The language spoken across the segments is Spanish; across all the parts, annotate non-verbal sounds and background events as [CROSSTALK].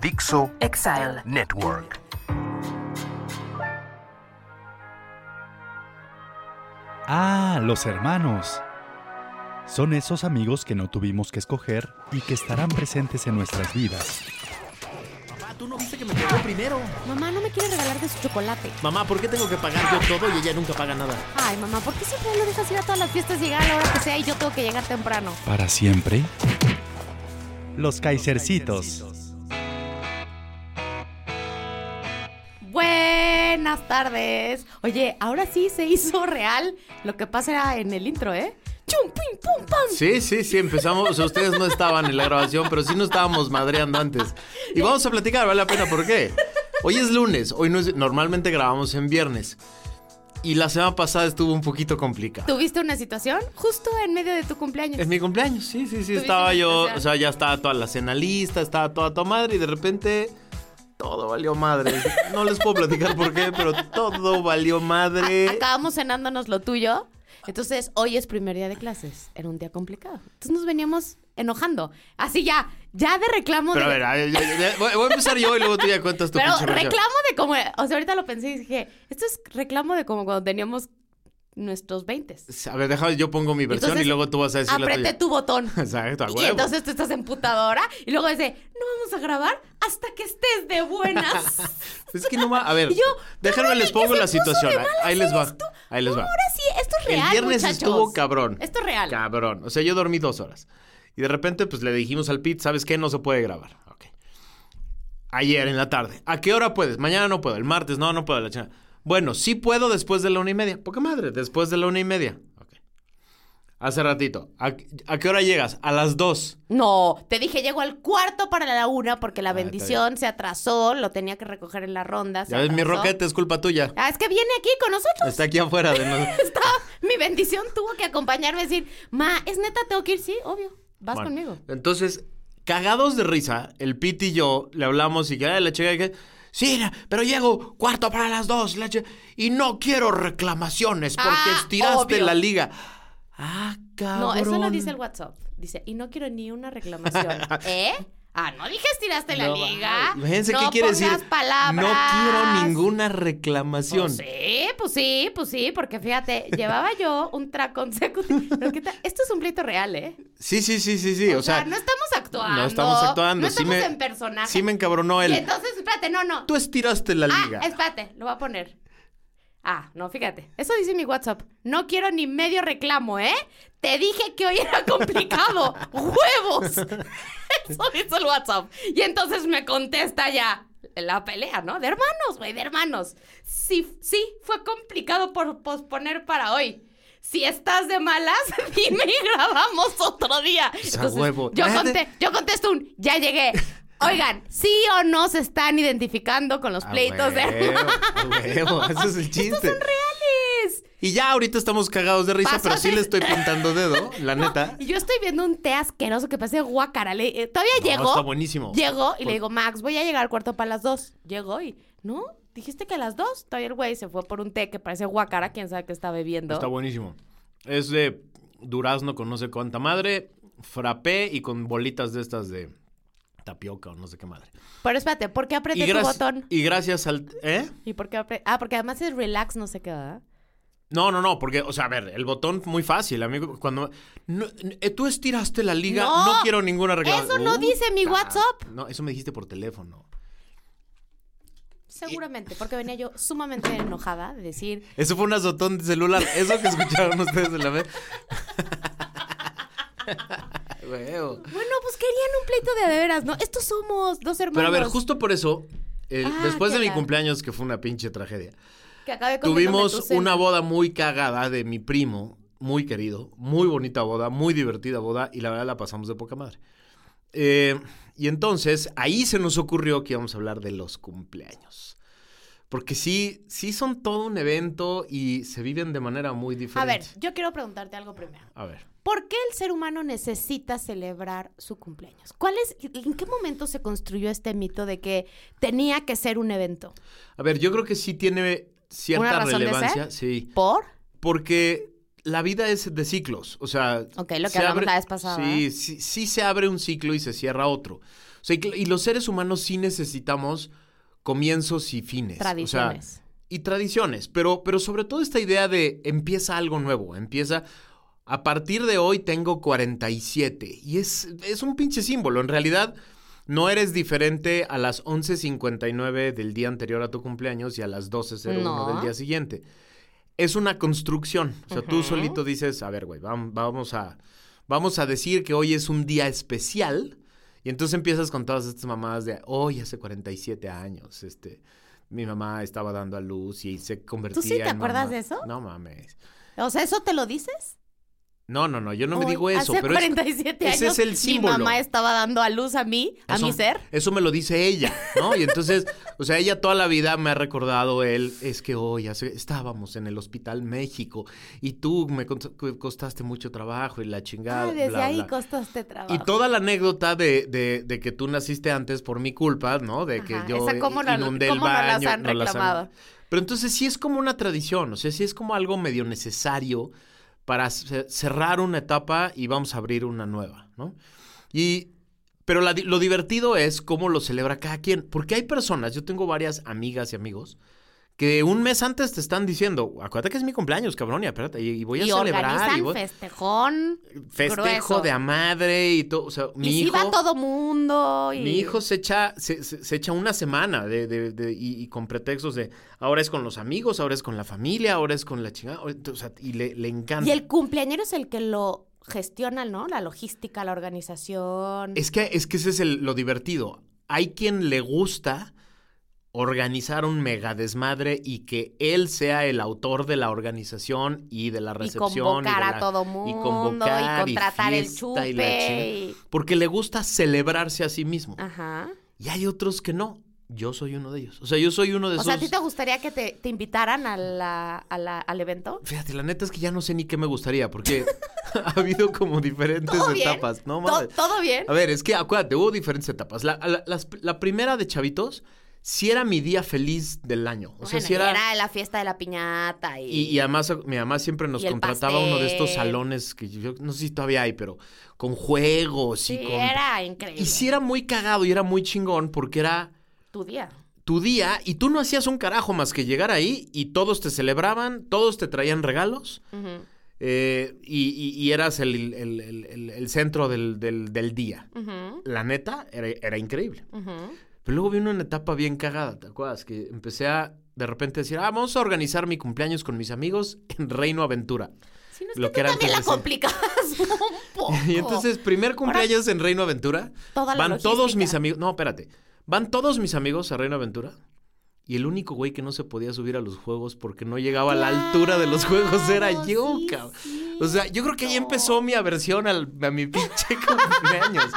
Dixo Exile. Network. Ah, los hermanos. Son esos amigos que no tuvimos que escoger y que estarán presentes en nuestras vidas. Papá, tú no viste que me pegó primero. Mamá no me quiere regalar de su chocolate. Mamá, ¿por qué tengo que pagar yo todo y ella nunca paga nada? Ay, mamá, ¿por qué siempre lo dejas ir a todas las fiestas y llegar a la hora que sea y yo tengo que llegar temprano? Para siempre. Los Kaisercitos. Buenas tardes. Oye, ahora sí se hizo real lo que pasa en el intro, ¿eh? ¡Chum, pim, pum, pam! Sí, sí, sí, empezamos. O sea, ustedes no estaban en la grabación, pero sí nos estábamos madreando antes. Y vamos a platicar, vale la pena, ¿por qué? Hoy es lunes, hoy no es. Normalmente grabamos en viernes. Y la semana pasada estuvo un poquito complicada. ¿Tuviste una situación justo en medio de tu cumpleaños? Es mi cumpleaños, sí, sí, sí. Tuviste Estaba una yo, situación. o sea, ya estaba toda la cena lista, estaba toda tu madre y de repente todo valió madre. No les puedo platicar por qué, pero todo valió madre. A- acabamos cenándonos lo tuyo. Entonces, hoy es primer día de clases. Era un día complicado. Entonces nos veníamos enojando. Así ya, ya de reclamo Pero a de. ver, a ver, ya- ya- ya- voy voy a empezar yo y luego tú ya cuentas tu Pero pinche versión. reclamo de como. O sea, ahorita lo pensé y dije, esto es reclamo de como cuando teníamos nuestros 20. A ver, déjame, yo pongo mi versión Entonces, y luego tú vas a decir la Apreté tuya. tu botón. [LAUGHS] Exacto, a Y huevo. entonces tú estás emputadora y luego dice, no vamos a grabar hasta que estés [LAUGHS] de buenas. Es que no va, a ver, Y [LAUGHS] yo, déjenme cabrón, les el pongo que la se puso situación. de malas Ahí les eres va. tú. Ahí les No, va. Ahora sí, esto es real, El viernes muchachos. estuvo cabrón. Esto es real. Cabrón. O sea, yo dormí dos horas. Y de repente, pues le dijimos al Pete, ¿sabes qué? No se puede grabar. Ok. Ayer en la tarde. ¿A qué hora puedes? Mañana no puedo. El martes, no, no puedo. La chingada. Bueno, sí puedo después de la una y media. ¿Por qué madre? Después de la una y media. Ok. Hace ratito. ¿A, a qué hora llegas? A las dos. No, te dije, llego al cuarto para la una porque la Ah, está bendición se atrasó, lo tenía que recoger en la ronda. se Ya ves, mi atrasó. roquete es culpa tuya. Ah, es que viene aquí con nosotros. Está aquí afuera de nosotros. [LAUGHS] Está- Mi bendición tuvo que acompañarme y decir, ma, ¿es neta tengo que ir? Sí, obvio. Vas Bueno, conmigo. Entonces, cagados de risa, el Pete y yo le hablamos y que "Ay, la chica que. Sí, la- pero llego cuarto para las dos. la chi- y no quiero reclamaciones porque Ah, estiraste obvio. la liga. Ah, cabrón. No, eso lo dice el WhatsApp. Dice, y no quiero ni [LAUGHS] una reclamación. ¿Eh? Ah, no dije estiraste la No, liga. Imagínense no qué quiere decir. pongas palabras. No quiero ninguna reclamación. Pues sí, pues sí, pues sí, porque fíjate, llevaba yo un track consecutivo. [LAUGHS] Pero ¿qué tal? Esto es un pleito real, ¿eh? Sí, sí, sí, sí, sí. O, O sea, no estamos actuando. no estamos actuando, No sí estamos me- en personaje. sí me encabronó él. Y entonces, espérate, no, no. Tú estiraste la liga. Ah, espérate, lo voy a poner. Ah, no, fíjate. Eso dice mi WhatsApp. No quiero ni medio reclamo, ¿eh? Te dije que hoy era [LAUGHS] complicado. ¡Huevos! [LAUGHS] Eso dice el WhatsApp. Y entonces me contesta ya la pelea, ¿no? De hermanos, güey, de hermanos. Sí, sí, fue complicado por posponer para hoy. Si estás de malas, [LAUGHS] dime y grabamos otro día. Pues, a huevo. Yo, Cállate. conté, yo contesto un, ya [LAUGHS] llegué. Oigan, ¿sí o no se están identificando con los A pleitos de [LAUGHS] huevo, hermanos? a huevo, [LAUGHS] Eso es el Ah, chiste. son reales. Y ya ahorita estamos cagados de risa, Pasó pero sí de- le estoy pintando dedo, la neta. Y yo estoy viendo un té asqueroso que pasé guacara. Le- eh, todavía No, llegó. está buenísimo. Pues Llegó y Por- le digo, Max, voy a llegar al cuarto para las dos. Llegó y, ¿no? Dijiste que a las dos. Todavía el güey se fue por un té que parece guacara. Quién sabe qué está bebiendo. Está buenísimo. Es de durazno con no sé cuánta madre, frappé y con bolitas de estas de tapioca o no sé qué madre. Pero espérate, ¿por qué Y, apreté tu graci- botón? y gracias al... ¿Eh? ¿Y por qué apre- Ah, porque además es relax, no sé qué, ¿verdad? No, no, no, porque, o sea, a ver, el botón muy fácil, amigo. Cuando... no, eh, tú estiraste la liga, no, No, quiero ninguna regla. Uh, eso no dice mi WhatsApp. No, eso me dijiste por teléfono. Seguramente, porque venía yo sumamente enojada de decir, Eso fue un azotón de celular. Eso que [LAUGHS] escucharon ustedes en la vez. Huevo. bueno, pues querían un pleito de a de veras, ¿no? Estos somos dos hermanos. Pero a ver, justo por eso, el- Ah, después de qué mi la- cumpleaños, que fue una pinche tragedia, que acabé comiéndome tu tuvimos cena. una boda muy cagada de mi primo, muy querido, muy bonita boda, muy divertida boda, y la verdad la pasamos de poca madre. Eh, y entonces ahí se nos ocurrió que íbamos a hablar de los cumpleaños. Porque sí, sí son todo un evento y se viven de manera muy A diferente. ver, yo quiero preguntarte algo primero. A ver. ¿Por qué el ser humano necesita celebrar su cumpleaños? ¿Cuál es, ¿En qué momento se construyó este mito de que tenía que ser un evento? A ver, yo creo que sí tiene cierta ¿Una razón de ser? relevancia. Sí. ¿Por? Porque la vida es de ciclos. O sea. Ok, lo que se hablamos la vez pasada, Sí, ¿eh? sí, sí se abre un ciclo y se cierra otro. O sea, y cl- y los seres humanos sí necesitamos comienzos y fines. O Tradiciones. sea, y tradiciones. Pero, pero sobre todo esta idea de empieza algo nuevo. Empieza. A partir de hoy tengo 47. Y es, es un pinche símbolo. En realidad. No eres diferente a las 11.59 del día anterior a tu cumpleaños y a las 12.01 No. del día siguiente es una construcción. O sea, tú solito dices, a ver, güey, vam- vamos a, vamos a decir que hoy es un día especial. Y entonces empiezas con todas estas mamadas de, hoy hace 47 años, este, mi mamá estaba dando a luz y se convertía te en acuerdas mamá". de eso? No mames. O sea, ¿eso te lo dices? No, no, no, yo no me Hoy, digo eso, Hace pero es- 47 años ese es el símbolo. mi mamá estaba dando a luz a mí, a Eso- mi ser. Eso me lo dice ella, ¿no? Y entonces, o sea, ella toda la vida me ha recordado él, es que hoy hace- estábamos en el Hospital México y tú me cont- que costaste mucho trabajo y la chingada. Ah, desde bla, ahí bla. costaste trabajo. Y toda la anécdota de, de- de que tú naciste antes por mi culpa, ¿no? De que Ajá, yo esa cómo no- inundé el cómo no las baño. han reclamado. Pero entonces sí es como una tradición, o sea, sí es como algo medio necesario para ce- cerrar una etapa y vamos a abrir una nueva, ¿no? Y, pero la di- lo divertido es cómo lo celebra cada quien, porque hay personas, yo tengo varias amigas y amigos, que un mes antes te están diciendo, acuérdate que es mi cumpleaños, cabrón, y espérate, y, y voy a y celebrar. organizan Y voy- festejón. festejo grueso. de a madre y todo, o sea, mi y si hijo... va todo mundo. Y... Mi hijo se echa, se, se- se echa una semana de, de- de- y, y con pretextos de ahora es con los amigos, ahora es con la familia, ahora es con la chingada. ahora- O sea, y le, le encanta. Y el cumpleañero es el que lo gestiona, ¿no? La logística, la organización. Es que, es que ese es el- lo divertido. Hay quien le gusta organizar un mega desmadre y que él sea el autor de la organización y de la y recepción. convocar de a la- todo mundo. Y, convocar, contratar el fiesta chupe. y la chingada. y- Porque le gusta celebrarse a sí mismo. Ajá. Y hay otros que no. Yo soy uno de ellos. O sea, yo soy uno de O esos. sea, ¿a ti te gustaría que te, te invitaran a la- a la- al evento? Fíjate, la neta es que ya no sé ni qué me gustaría, porque [LAUGHS] ha habido como diferentes ¿Todo bien? etapas, ¿no? ¿To- mames. ¿Todo bien? A ver, es que acuérdate, hubo diferentes etapas. La, la- las- la primera de Chavitos, sí era mi día feliz del año. O sea, Bueno, sí y era. era la fiesta de la piñata y... Y, y además, mi mamá siempre nos y el contrataba uno de estos pastel. salones que yo no sé si todavía hay, pero con juegos Sí, y con. era increíble. Y sí era muy cagado y era muy chingón porque era Tu día. tu día y tú no hacías un carajo más que llegar ahí y todos te celebraban, todos te traían regalos. Ujú, Eh, y, y- y eras el, el- el- el- el centro del, del- del día. ujú, La neta, era, era increíble. ujú. Pero luego vino una etapa bien cagada, ¿te acuerdas? Que empecé a de repente decir, ah, vamos a organizar mi cumpleaños con mis amigos en Reino Aventura. Si no es Lo que, que tú eran también la Televisa. complicabas [LAUGHS] un poco. [LAUGHS] Y entonces, primer cumpleaños en Reino Aventura. Toda la van todos logística. mis amigos. No, espérate. Van todos mis amigos a Reino Aventura. Y el único güey que no se podía subir a los juegos porque no llegaba a la altura de los juegos era Claro, yo, sí, cabrón. O sea, yo creo que ahí empezó mi aversión al- a mi [LAUGHS] pinche [LAUGHS] cumpleaños.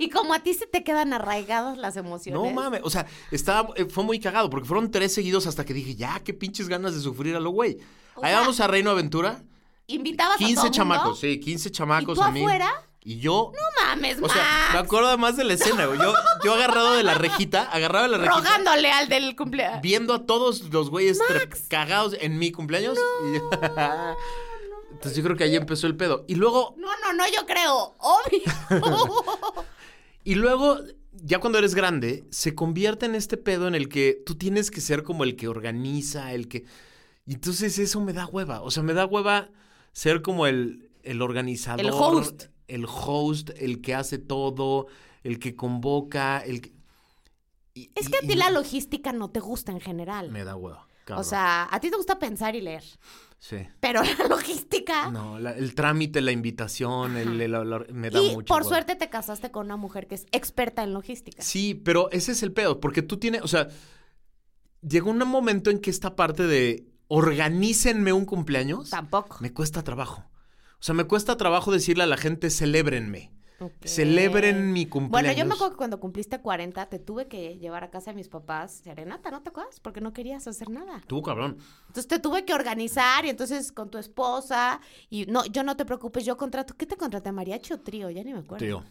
Y como a ti se te quedan arraigadas las emociones. No mames, o sea, estaba, eh, fue muy cagado porque fueron tres seguidos hasta que dije, ya, qué pinches ganas de sufrir a lo güey. O Ahí sea, vamos a Reino Aventura. Invitabas a 15 todo mundo? chamacos, sí, 15 chamacos tú a mí. afuera? Y yo. No mames, O sea, me Max. acuerdo además de la escena, güey. Yo, yo agarrado de la rejita, agarrado de la rejita, Rogándole al del cumpleaños. viendo a todos los güeyes tre- cagados en mi cumpleaños. y [LAUGHS] yo- Entonces yo creo que ahí empezó el pedo. Y luego, No, no, no, yo creo. [LAUGHS] Obvio. y luego, ya cuando eres grande, se convierte en este pedo en el que tú tienes que ser como el que organiza, el que. Y entonces eso me da hueva. O sea, me da hueva ser como el, el organizador. El host. El host, el que hace todo, el que convoca, el que. y- es y- que a ti y- la logística no te gusta en general. Me da hueva. o cabrón. sea, a ti te gusta pensar y leer. Sí. Pero [LAUGHS] la logística. No, la- el trámite, la invitación, el, el- el- me da y mucho. por hueva. suerte te casaste con una mujer que es experta en logística. Sí, pero ese es el pedo, porque tú tienes, o sea, llegó un momento en que esta parte de organícenme un cumpleaños Tampoco. me cuesta trabajo. O sea, me cuesta trabajo decirle a la gente celébrenme. Ok. Celebren mi cumpleaños. Bueno, yo me acuerdo que cuando cumpliste 40 te tuve que llevar a casa de mis papás serenata, ¿no te acuerdas? Porque no querías hacer nada. Tú, cabrón. Entonces te tuve que organizar y entonces con tu esposa y no, yo no te preocupes, yo contrato, ¿qué te contraté? ¿Mariachi o trío? Ya ni me acuerdo. Tío.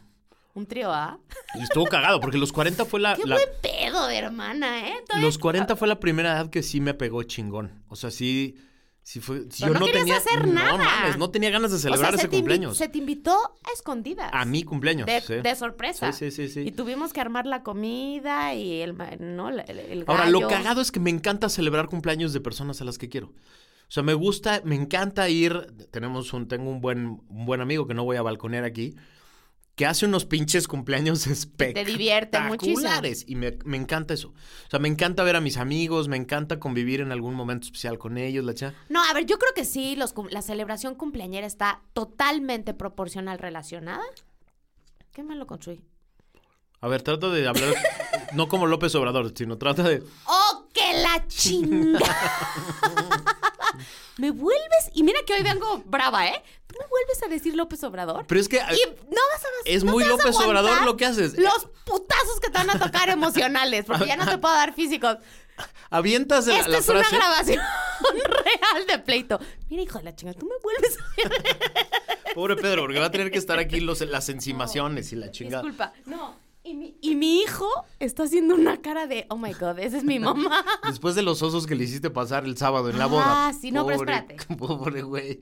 Un trío, ¿ah? Y estuvo cagado, porque los 40 fue la. Qué la- buen pedo de hermana, ¿eh? Todavía- los 40 fue la primera edad que sí me pegó chingón. O sea, sí. sí fue, sí, Pero yo no no, querías tenía. hacer No nada. mames, no tenía ganas de O sea, celebrar se ese te invi- cumpleaños. Se te invitó a escondidas. A mi cumpleaños. De, sí. de sorpresa. Sí, sí, sí, sí. Y tuvimos que armar la comida y el, ma- ¿no? La- el, el Ahora, lo gallo. cagado es que me encanta celebrar cumpleaños de personas a las que quiero. O sea, me gusta, me encanta ir. Tenemos un, tengo un buen, un buen amigo que no voy a balconear aquí, que hace unos pinches cumpleaños [LAUGHS] te espectaculares. divierte muchísimo. Y me, me encanta eso. O sea, me encanta ver a mis amigos, me encanta convivir en algún momento especial con ellos, la cha. No, a ver, yo creo que sí, los cum- la celebración cumpleañera está totalmente proporcional relacionada. Qué malo construí. A ver, trata de [LAUGHS] hablar, no como López Obrador, sino trata de. ¡Oh, que la [LAUGHS] chinga! me vuelves, y mira que hoy vengo brava, ¿eh? ¿Tú me vuelves a decir López Obrador? Pero es que. Y no vas a Es no muy te vas a López aguantar Obrador lo que haces. Los putazos que te van a tocar emocionales, porque ya no te puedo dar físicos. Avientas [LAUGHS] la, Esta la es frase. una grabación [LAUGHS] real de pleito. Mira, hijo de la chinga, tú me vuelves a Pobre Pedro, porque va a tener que estar aquí los, las encimaciones y la chingada. Disculpa, no. Y mi, y mi hijo está haciendo una cara de, oh my god, esa [LAUGHS] es mi mamá. Después de los osos que le hiciste pasar el sábado en la Ah, boda. sí, no, pero Pobre- espérate. [LAUGHS] Pobre güey.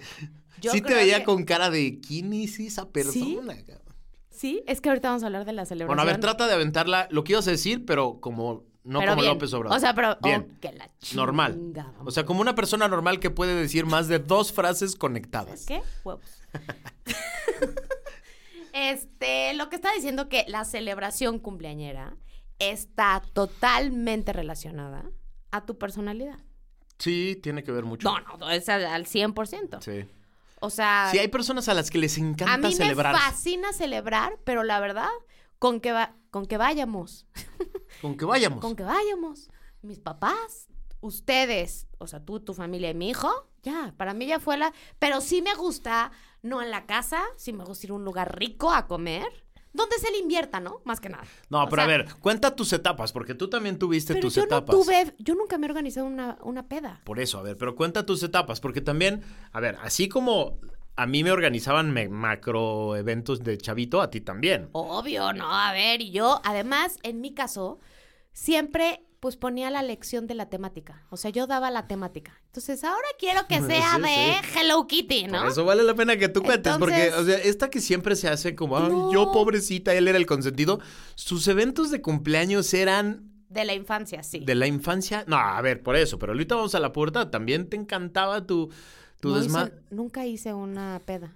Yo sí te creo veía que- con cara de ¿quién es esa persona? cabrón? Sí, es que ahorita vamos a hablar de la celebración. Bueno, a ver, trata de aventarla, lo que ibas a decir, pero como no Pero como bien. López Obrador. O sea, pero, bien. oh, que la chinga, normal. O sea, como una persona normal que puede decir más de dos frases conectadas. ¿Qué? Huevos. [LAUGHS] este, lo que está diciendo que la celebración cumpleañera está totalmente relacionada a tu personalidad. Sí, tiene que ver mucho. No, no, no, es al al 100%. Sí. O sea, Sí, hay personas a las que les a encanta mí celebrar. me fascina celebrar, pero la verdad, con que, va- con que vayamos, Pues Con que vayamos. con que vayamos, mis papás, ustedes, o sea, tú, tu familia y mi hijo, ya, para mí ya fue la... Pero sí me gusta, no en la casa, sí me gusta ir a un lugar rico a comer, donde se le invierta, ¿no? Más que nada. No, O pero a sea, ver, cuenta tus etapas, porque tú también tuviste Pero tus yo etapas. no tuve, yo nunca me he organizado una, una peda. Por eso, a ver, pero cuenta tus etapas, porque también, a ver, así como a mí me organizaban me- macro eventos de chavito, a ti también. Obvio, no, a ver, y yo, además, en mi caso, siempre pues ponía la lección de la temática. O sea, yo daba la temática. Entonces, ahora quiero que [LAUGHS] sea Sí, de Hello Kitty, Por ¿no? eso vale la pena que tú cuentes, Entonces- porque, o sea, esta que siempre se hace como, ay, No. yo pobrecita, él era el consentido, sus eventos de cumpleaños eran De la infancia, sí. de la infancia. No, a ver, por eso, pero ahorita vamos a la puerta, también te encantaba tu, tu No hice- desma- nunca hice una peda.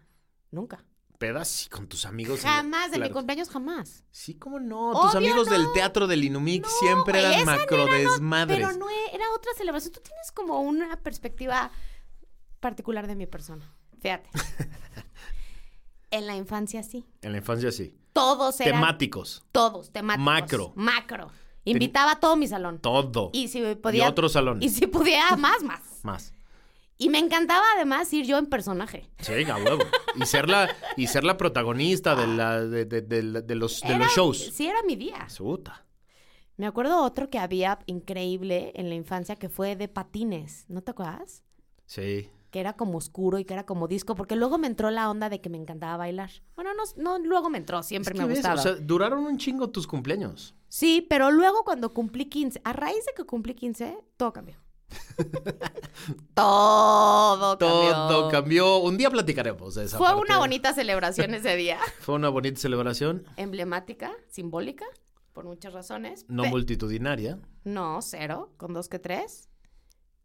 Nunca. pedas y con tus amigos. en- Jamás, de mi claro. cumpleaños jamás. Sí, cómo no. Tus Obvio amigos no. del teatro del Inumic siempre güey, eran esa no macro era no- desmadres. Pero no e- era otra celebración. Tú tienes como una perspectiva particular de mi persona. [LAUGHS] Fíjate. en la infancia, sí. En la infancia sí. Todos eran... Temáticos. Todos, temáticos. Macro. Macro. Invitaba a todo mi salón. Todo. Y si podía. Y otros salones. Y si podía, más, más. Más. Y me encantaba además ir yo en personaje. Sí, a huevo. Y ser la, y ser la protagonista de, la, de, de- de la- de los, de Era- los shows. Sí, era mi día. Puta. Me acuerdo otro que había increíble en la infancia que fue de patines. ¿No te acuerdas? Sí. Que era como oscuro y que era como disco, porque luego me entró la onda de que me encantaba bailar. Bueno, no, no luego me entró, siempre Es me que ha ves, gustado. O sea, duraron un chingo tus cumpleaños. sí, pero luego cuando cumplí 15, a raíz de que cumplí 15, todo cambió. [LAUGHS] todo cambió. Todo cambió. Un día platicaremos de esa Fue parte. una [LAUGHS] bonita celebración ese día. Fue una bonita celebración. Emblemática, simbólica, por muchas razones. No Pe- multitudinaria. No, cero, con dos que tres.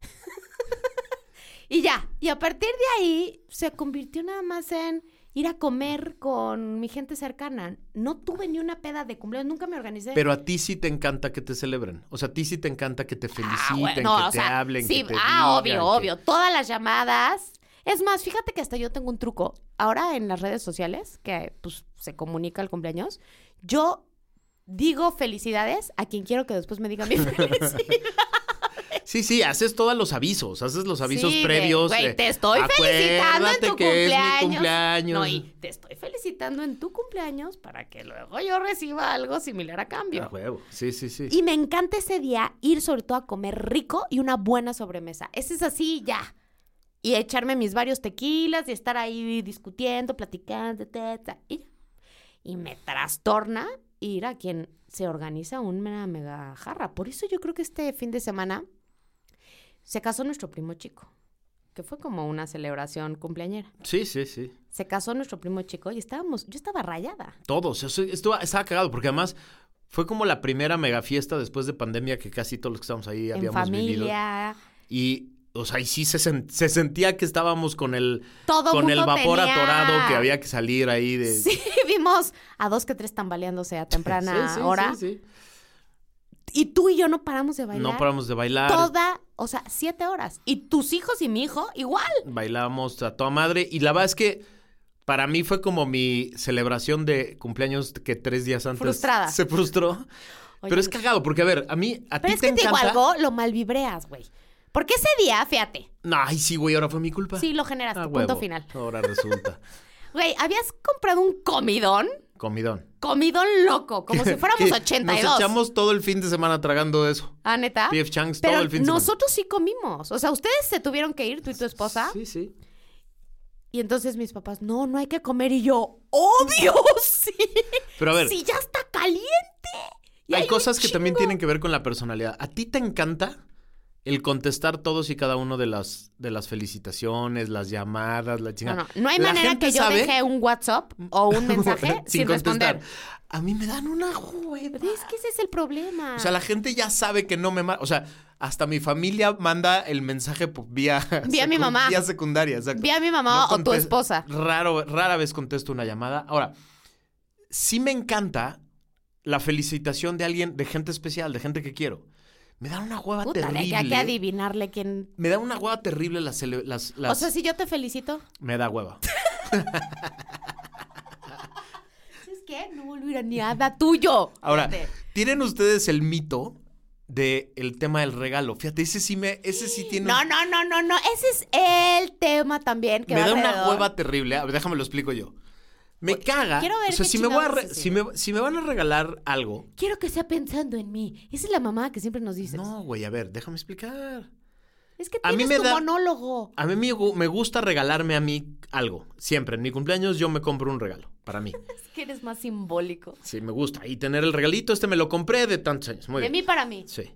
[LAUGHS] y ya, y a partir de ahí se convirtió nada más en ir a comer con mi gente cercana. No tuve ni una peda de cumpleaños, nunca me organicé. Pero a ti sí te encanta que te celebren. O sea, a ti sí te encanta que te feliciten, Ah, bueno, no, que o te sea, hablen, sí, que te Ah, digan, obvio, que- obvio. Todas las llamadas. Es más, fíjate que hasta yo tengo un truco. Ahora en las redes sociales, que pues se comunica el cumpleaños, [LAUGHS] yo digo felicidades a quien quiero que después me diga mi felicidad. Sí, sí, haces todos los avisos, haces los avisos Sí, de, previos. Güey, de, te estoy felicitando en "Acuérdate tu que es mi cumpleaños. cumpleaños. No, y te estoy felicitando en tu cumpleaños para que luego yo reciba algo similar a cambio. A huevo. Sí, sí, sí. y me encanta ese día ir sobre todo a comer rico y una buena sobremesa. Ese es así ya. Y echarme mis varios tequilas y estar ahí discutiendo, platicando, ta, ta, y ya. Y me trastorna ir a quien se organiza una mega jarra. Por eso yo creo que este fin de semana se casó nuestro primo chico, que fue como una celebración cumpleañera. Sí, sí, sí. Se casó nuestro primo chico y estábamos, yo estaba rayada. Todos. Eso, esto estaba cagado porque además fue como la primera mega fiesta después de pandemia que casi todos los que estábamos ahí en habíamos vivido. familia. Y, o sea, y sí se, sen- se sentía que estábamos con el, Todo con el mundo vapor tenía- atorado que había que salir ahí de. Sí, [LAUGHS] vimos a dos que tres tambaleándose a temprana Eh, [LAUGHS] Sí, sí, hora. sí, sí. Y tú y yo no paramos de bailar. No paramos de bailar. Toda, o sea, siete horas. Y tus hijos y mi hijo, igual. Bailamos a toda madre. Y la verdad es que para mí fue como mi celebración de cumpleaños que tres días antes Frustrada. se frustró. Oye, Pero es cagado, porque a ver, a mí, a ti Pero es te que te digo encanta. algo, lo malvibreas, güey. Porque ese día, fíjate, No, ay, sí, güey, ahora fue mi culpa. sí lo generaste, Ah, punto huevo. final. Ahora resulta. Güey, habías comprado un comidón, Comidón. comidón loco, [LAUGHS] como si [LAUGHS] fuéramos Que 82. Nos echamos todo el fin de semana tragando eso. Ah, neta. P.F. Chang's todo Pero el fin de semana. nosotros sí comimos. O sea, ustedes se tuvieron que ir, tú y tu esposa. Sí, sí. Y entonces mis papás, no, no hay que comer. Y yo, obvio, [LAUGHS] sí. Pero a ver, Si ya está caliente. Y hay, un cosas que también chingo. tienen que ver con la personalidad. ¿A ti te encanta el contestar todos y cada uno de las, de las felicitaciones, las llamadas, la No, chingada? no, no hay La manera gente que yo sabe- deje un WhatsApp [LAUGHS] o un mensaje sin, responder. A mí me dan una hueva. Pero es que ese es el problema. O sea, la gente ya sabe que no me manda. O sea, hasta mi familia manda el mensaje po- vía. Vía mi secu- mamá. Vía secundaria, exacto. Vía mi mamá o tu contes- esposa. Raro, rara vez contesto una llamada. Ahora, sí me encanta la felicitación de alguien, de gente especial, de gente que quiero. Me da una hueva Puta, de que terrible. hay que adivinarle quién. me da una hueva terrible las. cele- las, las- O sea, si yo te felicito, Me da hueva. es que no vuelvo a ir a nada tuyo. Ahora, Fíjate. ¿tienen ustedes el mito del tema del regalo? Fíjate, ese sí me, ese sí tiene. No, un- no, no, no, no. Ese es el tema también que me va da una alrededor. hueva terrible. A ver, déjame lo explico yo. Me caga. quiero ver o sea, qué si me, voy a chingados re- es si, me, si me van a regalar algo. Quiero que sea pensando en mí. Esa es la mamá que siempre nos dices. No, güey, a ver, déjame explicar. Es que A mí tienes me tu da- monólogo. A mí me gu- me gusta regalarme a mí algo. Siempre. En mi cumpleaños yo me compro un regalo. Para [LAUGHS] mí. Es que eres más simbólico. Sí, me gusta. Y tener el regalito, este me lo compré de tantos años. Muy de bien. mí para mí. Sí.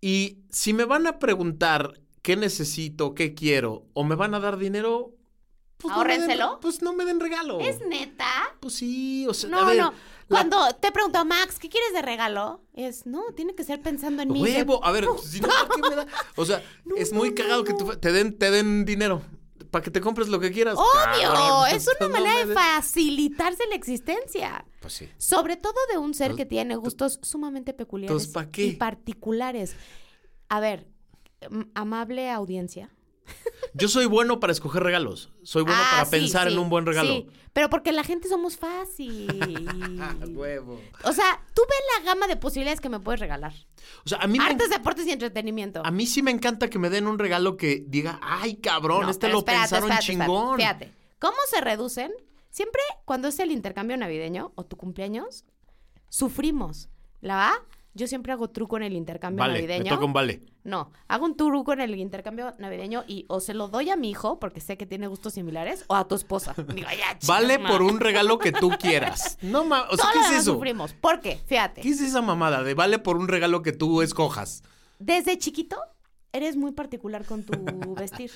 Y si me van a preguntar qué necesito, qué quiero, o me van a dar dinero, pues, no me den- Ahórrenselo. pues no me den regalo. ¿Es neta? Pues sí, o sea, No, a ver, la- no. Cuando te pregunto, Max, ¿qué quieres de regalo? Es, no, tiene que ser pensando en mí. Huevo, a ver, si no, ¿para qué me da? O [LAUGHS] sea, es muy cagado que tú- te den, te den dinero para que te compres lo que quieras. Obvio, Cabrón, es pues, [LAUGHS] una no manera me de des- facilitarse la existencia. Pues sí. Sobre todo de un ser Entonces, que tiene gustos sumamente peculiares entonces, ¿pa' qué? y particulares. A ver, m- amable audiencia. Yo soy bueno para escoger regalos. Soy bueno Ah, para sí, pensar sí, en un buen regalo. sí. pero porque la gente somos fácil. [LAUGHS] Huevo. o sea, tú ves la gama de posibilidades que me puedes regalar. O sea, a mí me Artes, deportes y entretenimiento. A mí sí me encanta que me den un regalo que diga, ay, cabrón, No, este pero lo espérate, pensaron espérate, espérate. chingón. Fíjate, ¿cómo se reducen? Siempre cuando es el intercambio navideño o tu cumpleaños, sufrimos. ¿La va? Yo siempre hago truco en el intercambio Vale, navideño. me toca un vale. No, hago un truco en el intercambio navideño y o se lo doy a mi hijo porque sé que tiene gustos similares o a [LAUGHS] tu esposa. Digo, ya, chinga, Vale ma. por un regalo que tú [LAUGHS] quieras. No mames, o sea, Todo ¿qué lo es demás eso? sufrimos. ¿Por qué? Fíjate. ¿Qué es esa mamada de vale por un regalo que tú escojas? Desde chiquito eres muy particular con [LAUGHS] tu vestir.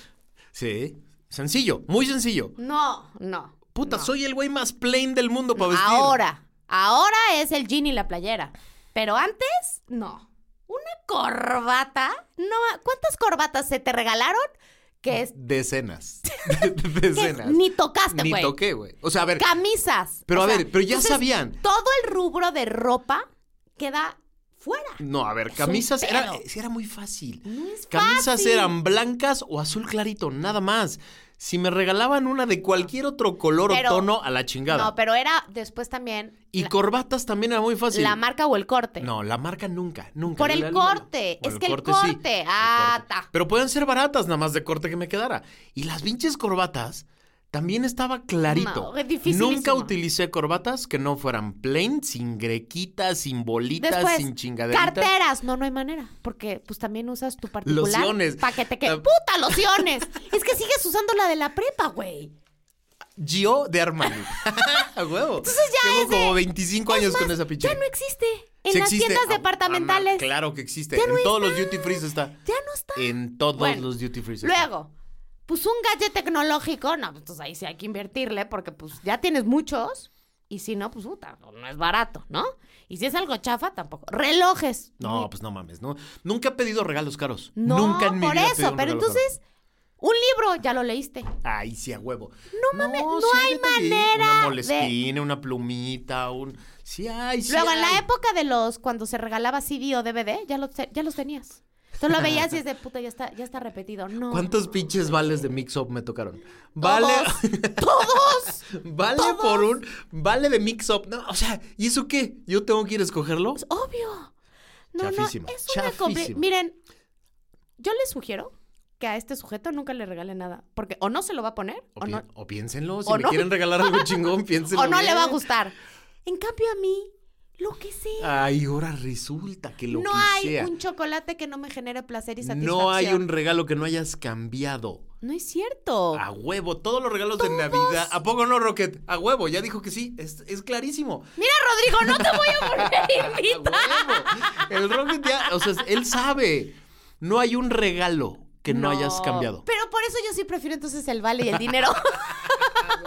Sí. Sencillo, muy sencillo. No, no. Puta, no. soy el güey más plain del mundo para vestir. Ahora, ahora es el jean y la playera. Pero antes, no. Una corbata, no. ¿Cuántas corbatas se te regalaron? Que es. Decenas. [LAUGHS] [LAUGHS] que Decenas. ni tocaste, Ni güey. toqué, güey. O sea, a ver, Camisas. Pero, O a sea, ver, pero ya entonces, sabían. Todo el rubro de ropa queda fuera. No, a ver, un camisas era, pedo. sí, era muy fácil. No es camisas fácil. eran blancas o azul clarito, nada más. Si me regalaban una de cualquier otro color Pero- o tono, a la chingada. No, pero era después también y corbatas también era muy fácil. la marca o el corte. No, la marca nunca, nunca. Por Le- el le- le- corte, Por es que el sí. corte, ah, El corte. ta. Pero pueden ser baratas nada más de corte que me quedara. Y las pinches corbatas también estaba clarito. No, es dificilísimo. nunca utilicé corbatas que no fueran plain, sin grequitas, sin bolitas, Después, sin chingaderitas. carteras. No, no hay manera. Porque pues también usas tu particular. Lociones. Para que te Ah. quede. ¡Puta, lociones! es que sigues usando la de la prepa, güey. Gio de Armani. [LAUGHS] A huevo. Entonces ya Tengo es de- como 25 Es años más, con esa pinche. Ya no existe. En Sí las existe. tiendas Ah, departamentales. ah, claro que existe. Ya en no todos los está. duty free está. Ya no está. En todos Bueno, los duty free está. Luego, pues un gadget tecnológico, no, pues entonces ahí sí hay que invertirle porque pues ya tienes muchos y si no, pues puta, no no es barato, ¿no? Y si es algo chafa, tampoco. Relojes. No, pues no mames, no. Nunca he pedido regalos caros. No, Nunca en mi por vida he pedido eso, un pero regalo caro. entonces, un libro, ya lo leíste. Ay, sí, a huevo. No mames, no sí hay detallitos. manera Una molestina, una plumita, un. Sí, hay, sí. Luego, en hay. la época de los, cuando se regalaba CD o DVD, ya los, ya los tenías. Entonces lo veías [LAUGHS] y es de puta, ya está, ya está repetido. No. ¿Cuántos pinches vales de mix up me tocaron? Vale. [LAUGHS] ¡Todos! Vale Todos. por un. Vale de mix up. No, o sea, ¿y eso qué? ¿Yo tengo que ir a escogerlo? Obvio. No, Chafísimo, no, es una compli- chafísimo. Miren, yo les sugiero que a este sujeto nunca le regale nada, porque o no se lo va a poner O, o no, pi- o piénsenlo. Si o me no. quieren regalar algo [LAUGHS] chingón, piénsenlo. o no le va a bien. gustar. En cambio a mí, lo que sea, Ay, ahora resulta que Ah, lo no que hay sea. un chocolate que no me genere placer y satisfacción. Oh. No hay un regalo que no hayas cambiado. No es cierto. A huevo, todos los regalos de Navidad. ¿A poco no, Rocket? A huevo, ya dijo que sí. Es, es clarísimo. Mira, Rodrigo, no te voy [LAUGHS] a volver a A huevo. invitar. [LAUGHS] El Rocket ya, o sea, él sabe. No hay un regalo que no, hayas cambiado. Pero por eso yo sí prefiero entonces el vale y el [LAUGHS] dinero. Ah,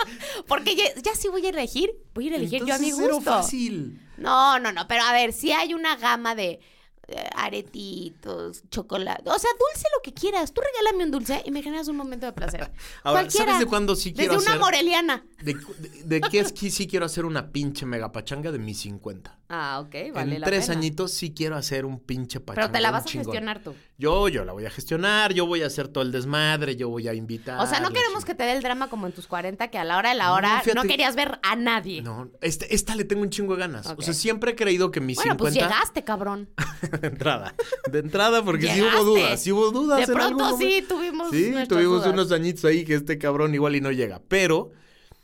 Porque ya, ya sí voy a elegir, voy a ir a elegir yo a mi Entonces, cero gusto. fácil. No, no, no, pero a ver, si hay una gama de eh, aretitos, chocolate, o sea, dulce lo que quieras. Tú regálame un dulce y me generas un momento de placer. [LAUGHS] Ahora, Cualquiera. ¿sabes de cuándo sí quiero Desde hacer? una moreliana. ¿De, cu- de- de qué es que sí quiero hacer una pinche megapachanga de mis 50? Ah, ok, vale en la tres pena. añitos sí quiero hacer un pinche pachanga. Pero te la bien vas a chingón. gestionar tú. Yo, yo la voy a gestionar, yo voy a hacer todo el desmadre, yo voy a invitar. O sea, no la queremos que te dé el drama como en tus 40, que a la hora de la Ah, No, hora no, fíjate- querías ver a nadie. No, este- esta le tengo un chingo de ganas. Ok. O sea, siempre he creído que mis bueno, 50. pues llegaste, cabrón. [LAUGHS] de entrada. De entrada, porque sí Llegaste. hubo dudas. Sí hubo dudas. De en algún pronto sí momento. tuvimos Sí, nuestras tuvimos dudas. unos dañitos ahí que este cabrón igual y no llega. Pero,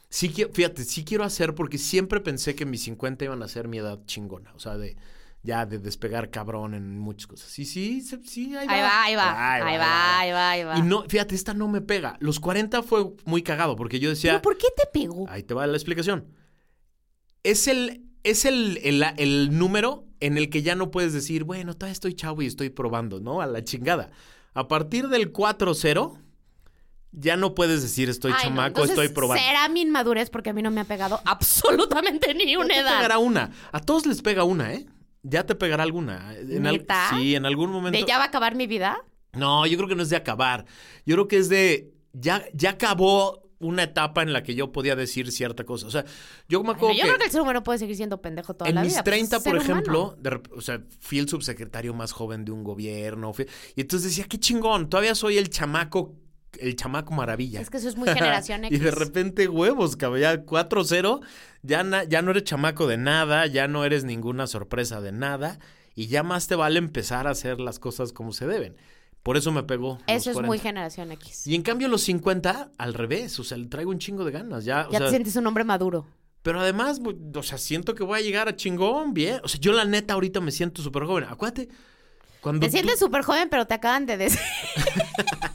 sí que, fíjate, sí quiero hacer porque siempre pensé que mis 50 iban a ser mi edad chingona. O sea, de. Ya de despegar cabrón en muchas cosas. Sí, sí, se- sí, ahí va. Ahí va, ahí va, ahí va, ahí va, ahí va. Y no, fíjate, esta no me pega. Los 40 fue muy cagado porque yo decía. ¿Pero por qué te pegó? Ahí te va la explicación. Es el, es el, el- el número en el que ya no puedes decir, bueno, todavía estoy chavo y estoy probando, ¿no? A la chingada. A partir del 4-0, ya no puedes decir estoy Ay, no, chamaco, entonces, estoy probando. Será mi inmadurez porque a mí no me ha pegado absolutamente [LAUGHS] ni Ya una te edad. pegará una. A todos les pega una, ¿eh? Ya te pegará alguna. En al- ¿Neta? Sí, en algún momento. ¿De ya va a acabar mi vida? No, yo creo que no es de acabar. Yo creo que es de. Ya, ya acabó una etapa en la que yo podía decir cierta cosa. O sea, yo me Ay, no, acuerdo yo que. creo que el ser humano puede seguir siendo pendejo toda en la mis vida. pues, 30, es por ser ejemplo, humano. de rep- o sea, fui el subsecretario más joven de un gobierno. fui- y entonces decía, qué chingón, todavía soy el chamaco, el chamaco maravilla. Es que [LAUGHS] eso es muy generación y X. de repente, huevos, cabrón, ya 4-0, ya, na- ya no eres chamaco de nada, ya no eres ninguna sorpresa de nada. Y ya más te vale empezar a hacer las cosas como se deben. Por eso me pegó. los Eso es muy 40. generación X. Y en cambio los 50, al revés, o sea, le traigo un chingo de ganas. Ya, o ya sea, te sientes un hombre maduro. pero además, bu- o sea, siento que voy a llegar a chingón, bien. O sea, yo la neta ahorita me siento súper joven. Acuérdate, cuando Te tú- sientes súper joven, pero te acaban de [LAUGHS] decir. [LAUGHS]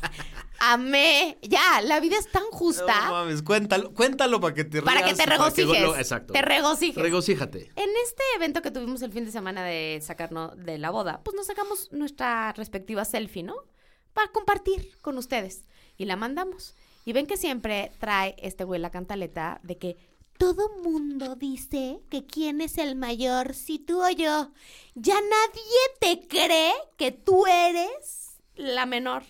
Amé. Ya, la vida es tan No justa mames, cuéntalo, cuéntalo para que te para que rías, te regocijes. lo- Exacto. Te regocijes. Regocíjate. En este evento que tuvimos el fin de semana de sacarnos de la boda, pues nos sacamos nuestra respectiva selfie, ¿no? Para compartir con ustedes. Y la mandamos. Y ven que siempre trae este güey la cantaleta de que todo mundo dice que quién es el mayor, si tú o yo. Ya nadie te cree que tú eres la menor.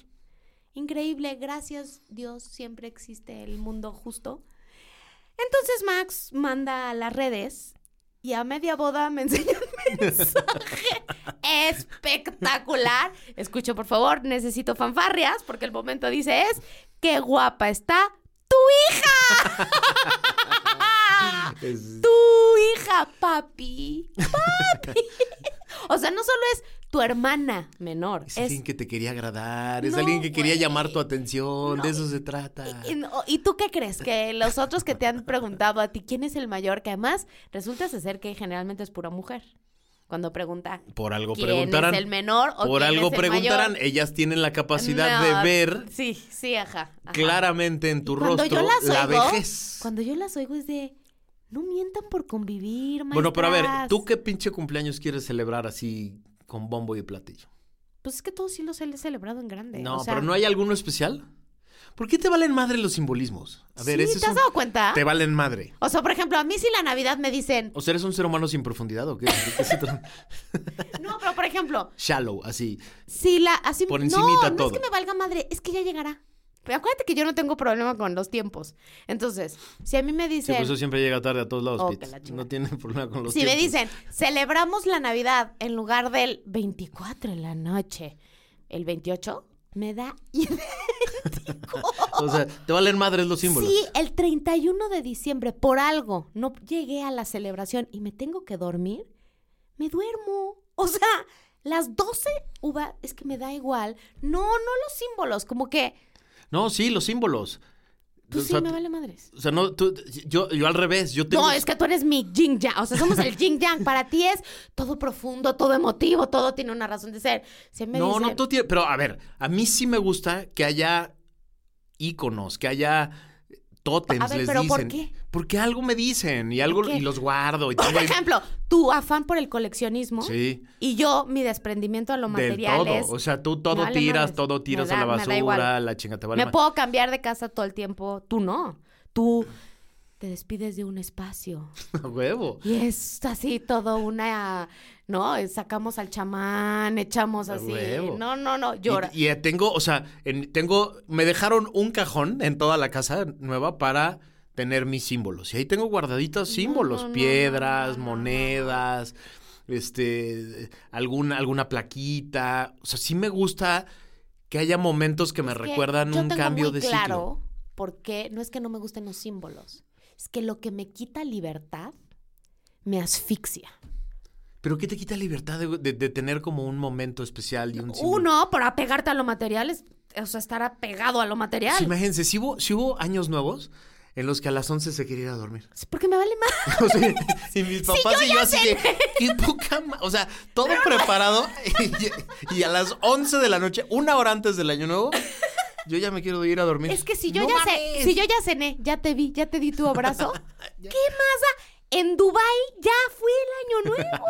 Increíble, gracias Dios, siempre existe el mundo justo. Entonces Max manda a las redes y a media boda me [LAUGHS] enseña un mensaje espectacular. Escucho, por favor, necesito fanfarrias porque el momento dice es qué guapa está tu hija. [LAUGHS] Es- tu hija, papi. [LAUGHS] Papi. o sea, no solo es tu hermana menor, Es, es... alguien que te quería agradar, es No, alguien que quería güey. llamar tu atención, de eso se trata. Y, no- ¿y tú qué crees? Que los otros que te han preguntado a ti quién es el mayor, que además resulta ser que generalmente es pura mujer. Cuando pregunta Por algo quién preguntarán. es el menor o Por quién algo es el preguntarán, mayor. ellas tienen la capacidad de No, ver Sí, sí, ajá. ajá. claramente en tu Cuando rostro yo las la oigo, vejez. Cuando yo las oigo es de, no mientan por convivir, maestras. Bueno, pero a ver, ¿tú qué pinche cumpleaños quieres celebrar así con bombo y platillo? Pues es que todos sí los he celebrado en grande. No, este, o sea, pero ¿no hay alguno especial? ¿Por qué te valen madre los simbolismos? A ver, sí, ese ¿te es has un- dado cuenta? Te valen madre. O sea, por ejemplo, a mí si la Navidad me dicen, O sea, ¿eres un ser humano sin profundidad o qué? ¿De qué se trata? [LAUGHS] no, pero por ejemplo, Shallow, así. si la así Por no, encimita no todo. es que me valga madre, es que ya llegará. Pero acuérdate que yo no tengo problema con los tiempos. Entonces, si a mí me Sí, pues, dicen, por eso siempre llega tarde a todos lados, Oh, Pete. que la chingada. No tiene [LAUGHS] problema con los Si me tiempos. dicen, celebramos la Navidad en lugar del 24 en la noche, el 28, me da idéntico. O sea, te valen madres los símbolos. "Oh". Sí, el 31 de diciembre, por algo, no llegué a la celebración y me tengo que dormir, me duermo. O sea, las 12 uva, es que me da igual. No, no los símbolos, como que, No, sí, los símbolos. tú o sí sea, me vale madres. O sea, no, tú, yo, yo al revés, yo tengo... No, es que tú eres mi yin yang. O sea, somos el yin yang. Para ti es todo profundo, todo emotivo, todo tiene una razón de ser. Si me no, dicen, no, tú tienes... Pero a ver, a mí sí me gusta que haya íconos, que haya tótems, A ver, les pero dicen. ¿por qué? Porque algo me dicen y algo ¿Por qué? y los guardo. Y [LAUGHS] Por [LAUGHS] tengo ahí- ejemplo, tu afán por el coleccionismo Sí. y yo mi desprendimiento a lo Del material todo. es, O sea, tú todo me vale tiras, madres. todo Me tiras a da- la me da igual. basura, la chinga te vale me ma- puedo cambiar de casa todo el tiempo, tú no. Tú te despides de un espacio A [LAUGHS] huevo. y es así todo una no, sacamos al chamán, echamos A así. huevo. No, no, no, llora. Y, y, eh, tengo, o sea, en- tengo, me dejaron un cajón en toda la casa nueva para tener mis símbolos. Y ahí tengo guardaditos símbolos, no, no, piedras, no, no, no. monedas, este, alguna, alguna plaquita. O sea, sí me gusta que haya momentos que me Es que recuerdan yo un tengo cambio muy de ciclo. claro porque no es que no me gusten los símbolos, es que lo que me quita libertad me asfixia. Pero ¿qué te quita libertad de, de- de tener como un momento especial y un símbolo? Uno, para apegarte a lo material, es, o sea, estar apegado a lo material. Sí, imagínense, si hubo, si hubo años nuevos en los que a las 11 se quería ir a dormir. [LAUGHS] Es Porque me vale más. O sea, y mis papás y yo así de, qué poca ma-". O sea, todo preparado. Y, y a las 11 de la noche, una hora antes del año nuevo, yo ya me quiero ir a dormir. Es que si yo ¡No ya mames! ce- si yo ya cené, ya te vi, ya te di tu abrazo. [LAUGHS] ¿Qué más? da? En Dubai ya fue el [LAUGHS] año nuevo.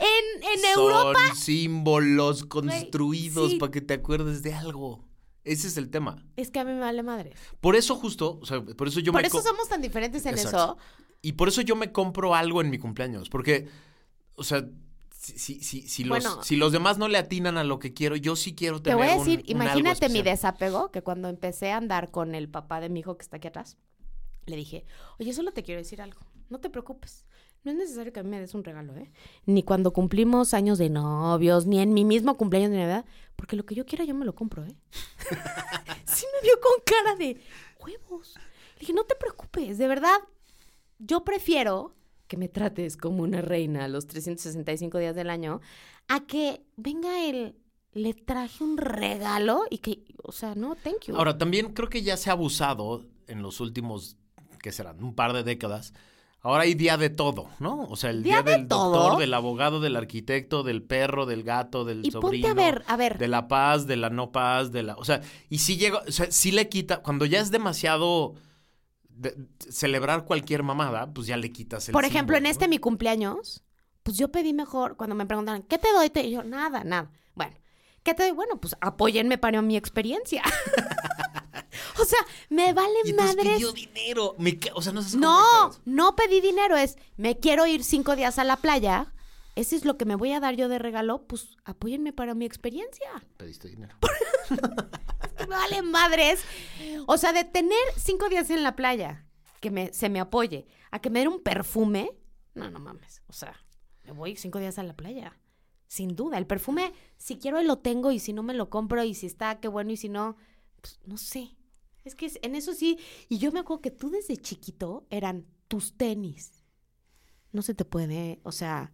En, en Europa. Son símbolos construidos sí. para que te acuerdes de algo. Ese es el tema. Es que a mí me vale madre. Por eso justo, o sea, por eso yo Por me eso co- somos tan diferentes en Exacto. eso. Y por eso yo me compro algo en mi cumpleaños. Porque, o sea, si, si, si, si los, Bueno. si los demás no le atinan a lo que quiero, yo sí quiero Te tener voy un- a decir, un algo imagínate mi especial. desapego, que cuando empecé a andar con el papá de mi hijo que está aquí atrás, le dije, oye, solo te quiero decir algo, no te preocupes. No es necesario que a mí me des un regalo, ¿eh? Ni cuando cumplimos años de novios, ni en mi mismo cumpleaños de Navidad, porque lo que yo quiera yo me lo compro, ¿eh? [LAUGHS] sí me vio con cara de huevos. Le dije, no te preocupes, de verdad, yo prefiero que me trates como una reina los 365 días del año a que venga el le traje un regalo y que, o sea, no, thank you. Ahora, también creo que ya se ha abusado en los últimos, ¿qué serán? Un par de décadas. Ahora hay día de todo, ¿no? O sea, el día, Día de del todo. doctor, del abogado, del arquitecto, del perro, del gato, del y sobrino. ponte a ver, a ver, De la paz, de la no paz, de la. O sea, y si llega. O sea, si le quita. Cuando ya es demasiado. de- celebrar cualquier mamada, pues ya le quitas el. por ejemplo, en símbolo, este ¿no? mi cumpleaños, pues yo pedí mejor, cuando me preguntaron, ¿qué te doy? Te- Y yo, nada, nada. Bueno, ¿qué te doy? Bueno, pues apóyenme para mi experiencia. [LAUGHS] o sea, me vale Y entonces madres pidió dinero. Me ca- o sea, no sé cómo me No, cagas. no pedí dinero, es me quiero ir cinco días a la playa. Ese es lo que me voy a dar yo de regalo, pues apóyenme para mi experiencia. Pediste dinero. Me [LAUGHS] Vale madres. O sea, de tener cinco días en la playa, que me, se me apoye, a que me den un perfume, no, no mames. O sea, me voy cinco días a la playa. Sin duda, el perfume, si quiero, lo tengo y si no, me lo compro y si está, qué bueno y si no, pues no sé. Es que es- en eso sí. Y yo me acuerdo que tú desde chiquito eran tus tenis. No se te puede, o sea,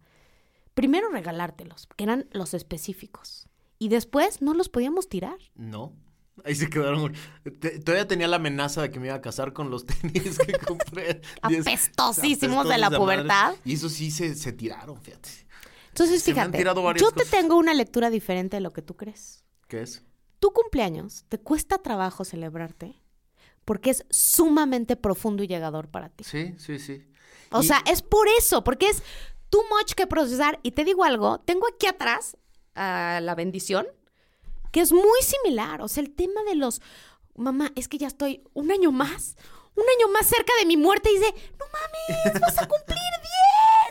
primero regalártelos, porque eran los específicos. Y después no los podíamos tirar. No. Ahí se quedaron. Te- todavía tenía la amenaza de que me iba a casar con los [LAUGHS] tenis que compré. Diez- [LAUGHS] Apestosísimos de la apestosos madre. pubertad. Y eso sí se, se tiraron, fíjate. Entonces, Se me han fíjate, tirado varias yo cosas. te tengo una lectura diferente de lo que tú crees. ¿Qué es? Tu cumpleaños te cuesta trabajo celebrarte porque es sumamente profundo y llegador para ti. Sí, sí, sí. O Y- sea, es por eso, porque es too much que procesar. Y te digo algo, tengo aquí atrás a la bendición, que es muy similar. O sea, el tema de los, mamá, es que ya estoy un año más, un año más cerca de mi muerte. Y dice, no [LAUGHS] mames, vas a cumplir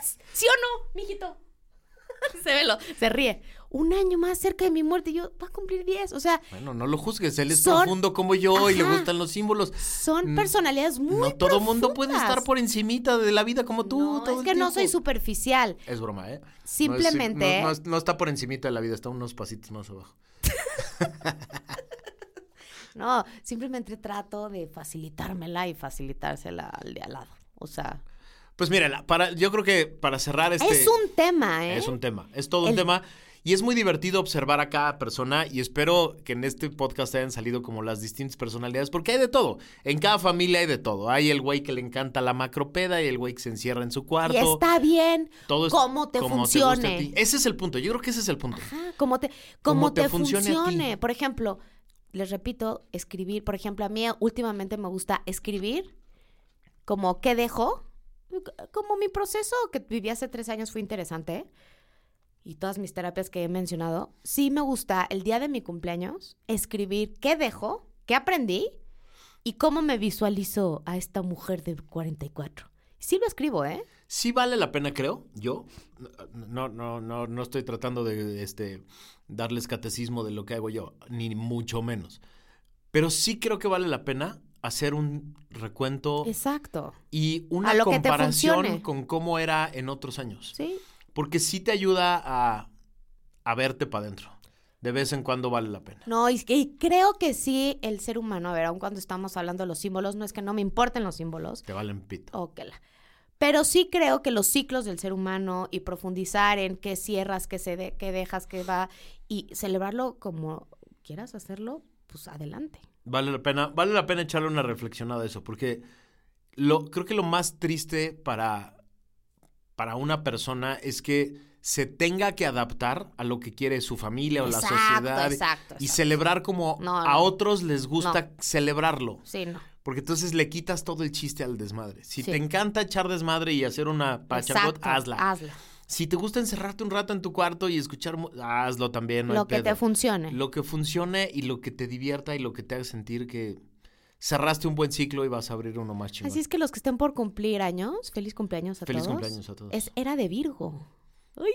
10. ¿Sí o no, mijito? [LAUGHS] se velo, se ríe. Un año más cerca de mi muerte, y yo, va a cumplir 10. O sea, Bueno, no lo juzgues. Él es Son- profundo como yo y le Ajá. gustan los símbolos. son Mm, personalidades muy no todo mundo puede profundas. estar por encimita de la vida como tú. No, todo es el que no tiempo. soy superficial. Es broma, ¿eh? No es- Simplemente- ¿eh? No, no es- no está por encimita de la vida, está unos pasitos más abajo. No, simplemente trato de facilitármela y facilitársela al de al lado. O sea, Pues mira, la- para, yo creo que para cerrar este... es un tema, ¿eh? Es un tema, es todo un El- tema. Y es muy divertido observar a cada persona y espero que en este podcast hayan salido como las distintas personalidades, porque hay de todo. En cada familia hay de todo. Hay el güey que le encanta la macropeda y el güey que se encierra en su cuarto. y está bien Todo es cómo te como guste a funcione. ti. Ese es el punto, yo creo que ese es el punto. Ajá, como te, como te, funcione. Por ejemplo, les repito, escribir. Por ejemplo, a mí últimamente me gusta escribir como qué dejo. Como mi proceso que viví hace tres años fue interesante. ¿eh? Y todas mis terapias que he mencionado. Sí me gusta el día de mi cumpleaños escribir qué dejo, qué aprendí y cómo me visualizo a esta mujer de 44. Sí lo escribo, ¿eh? Sí vale la pena, creo, yo. No, no, no, no estoy tratando de este, darles catecismo de lo que hago yo, ni mucho menos. Pero sí creo que vale la pena hacer un Oh. recuento Exacto. y una A lo que te comparación funcione. con cómo era en otros años. Sí, Porque sí te ayuda a, a verte para adentro. De vez en cuando vale la pena. No, y, y creo que sí, el ser humano, a ver, aun cuando estamos hablando de los símbolos, no es que no me importen los símbolos, Te valen pito. o que la- Pero sí creo que los ciclos del ser humano y profundizar en qué cierras, qué, se de- qué dejas, qué va, y celebrarlo como quieras hacerlo, pues adelante. Vale la pena, vale la pena echarle una reflexionada a eso, porque lo, creo que lo más triste para, para una persona es que se tenga que adaptar a lo que quiere su familia o Exacto, la sociedad. exacto, Y exacto. celebrar como No, a no. otros les gusta celebrarlo. Sí, no. Porque entonces le quitas todo el chiste al desmadre. Si Sí. te encanta echar desmadre y hacer una pachangot, Exacto, hazla. Hazla. Si te gusta encerrarte un rato en tu cuarto y escuchar, mu- hazlo también. no hay Lo que te pedo. funcione. Lo que funcione y lo que te divierta y lo que te haga sentir que cerraste un buen ciclo y vas a abrir uno más chingón. Así es que los que estén por cumplir años, feliz cumpleaños a Feliz todos. cumpleaños a todos. Es era de Virgo.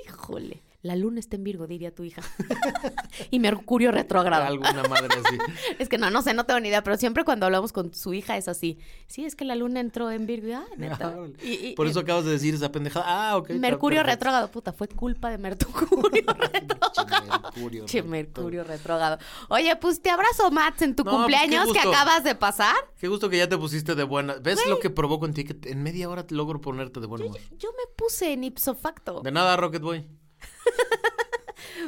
¡Híjole! La luna está en Virgo, diría tu hija. [LAUGHS] y Mercurio retrógrado. Alguna madre así. [LAUGHS] Es que no, no sé, no tengo ni idea, pero siempre cuando hablamos con su hija es así. Sí, es que la luna entró en Virgo. Ah, neta. Ah, [LAUGHS] órale. Y- y- Por y- eso acabas de decir esa pendejada. Ah, ok. está Mercurio perfecto. retrógrado, puta, fue culpa de [LAUGHS] Mercurio [LAUGHS] retrógrado. Mercurio Che, retrógrado. Mercurio retrógrado. Oye, pues te abrazo, Mats, en tu No, pues, qué cumpleaños que gusto. acabas de pasar. Qué gusto que ya te pusiste de buena. ¿Ves lo que provoco en ti? Que te- en media hora te logro ponerte de buen humor. Yo me puse en ipso facto. De nada, Rocket Boy.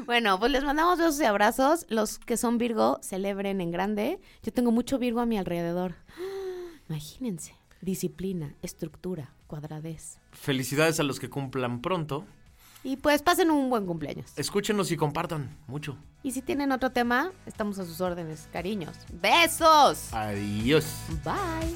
Bueno, pues les mandamos besos y abrazos. Los que son Virgo, celebren en grande. Yo tengo mucho Virgo a mi alrededor. Imagínense. Disciplina, estructura, cuadradez. Felicidades a los que cumplan pronto. Y pues pasen un buen cumpleaños. Escúchenos y compartan mucho. Y si tienen otro tema, estamos a sus órdenes, cariños. ¡Besos! Ah. Adiós. Bye.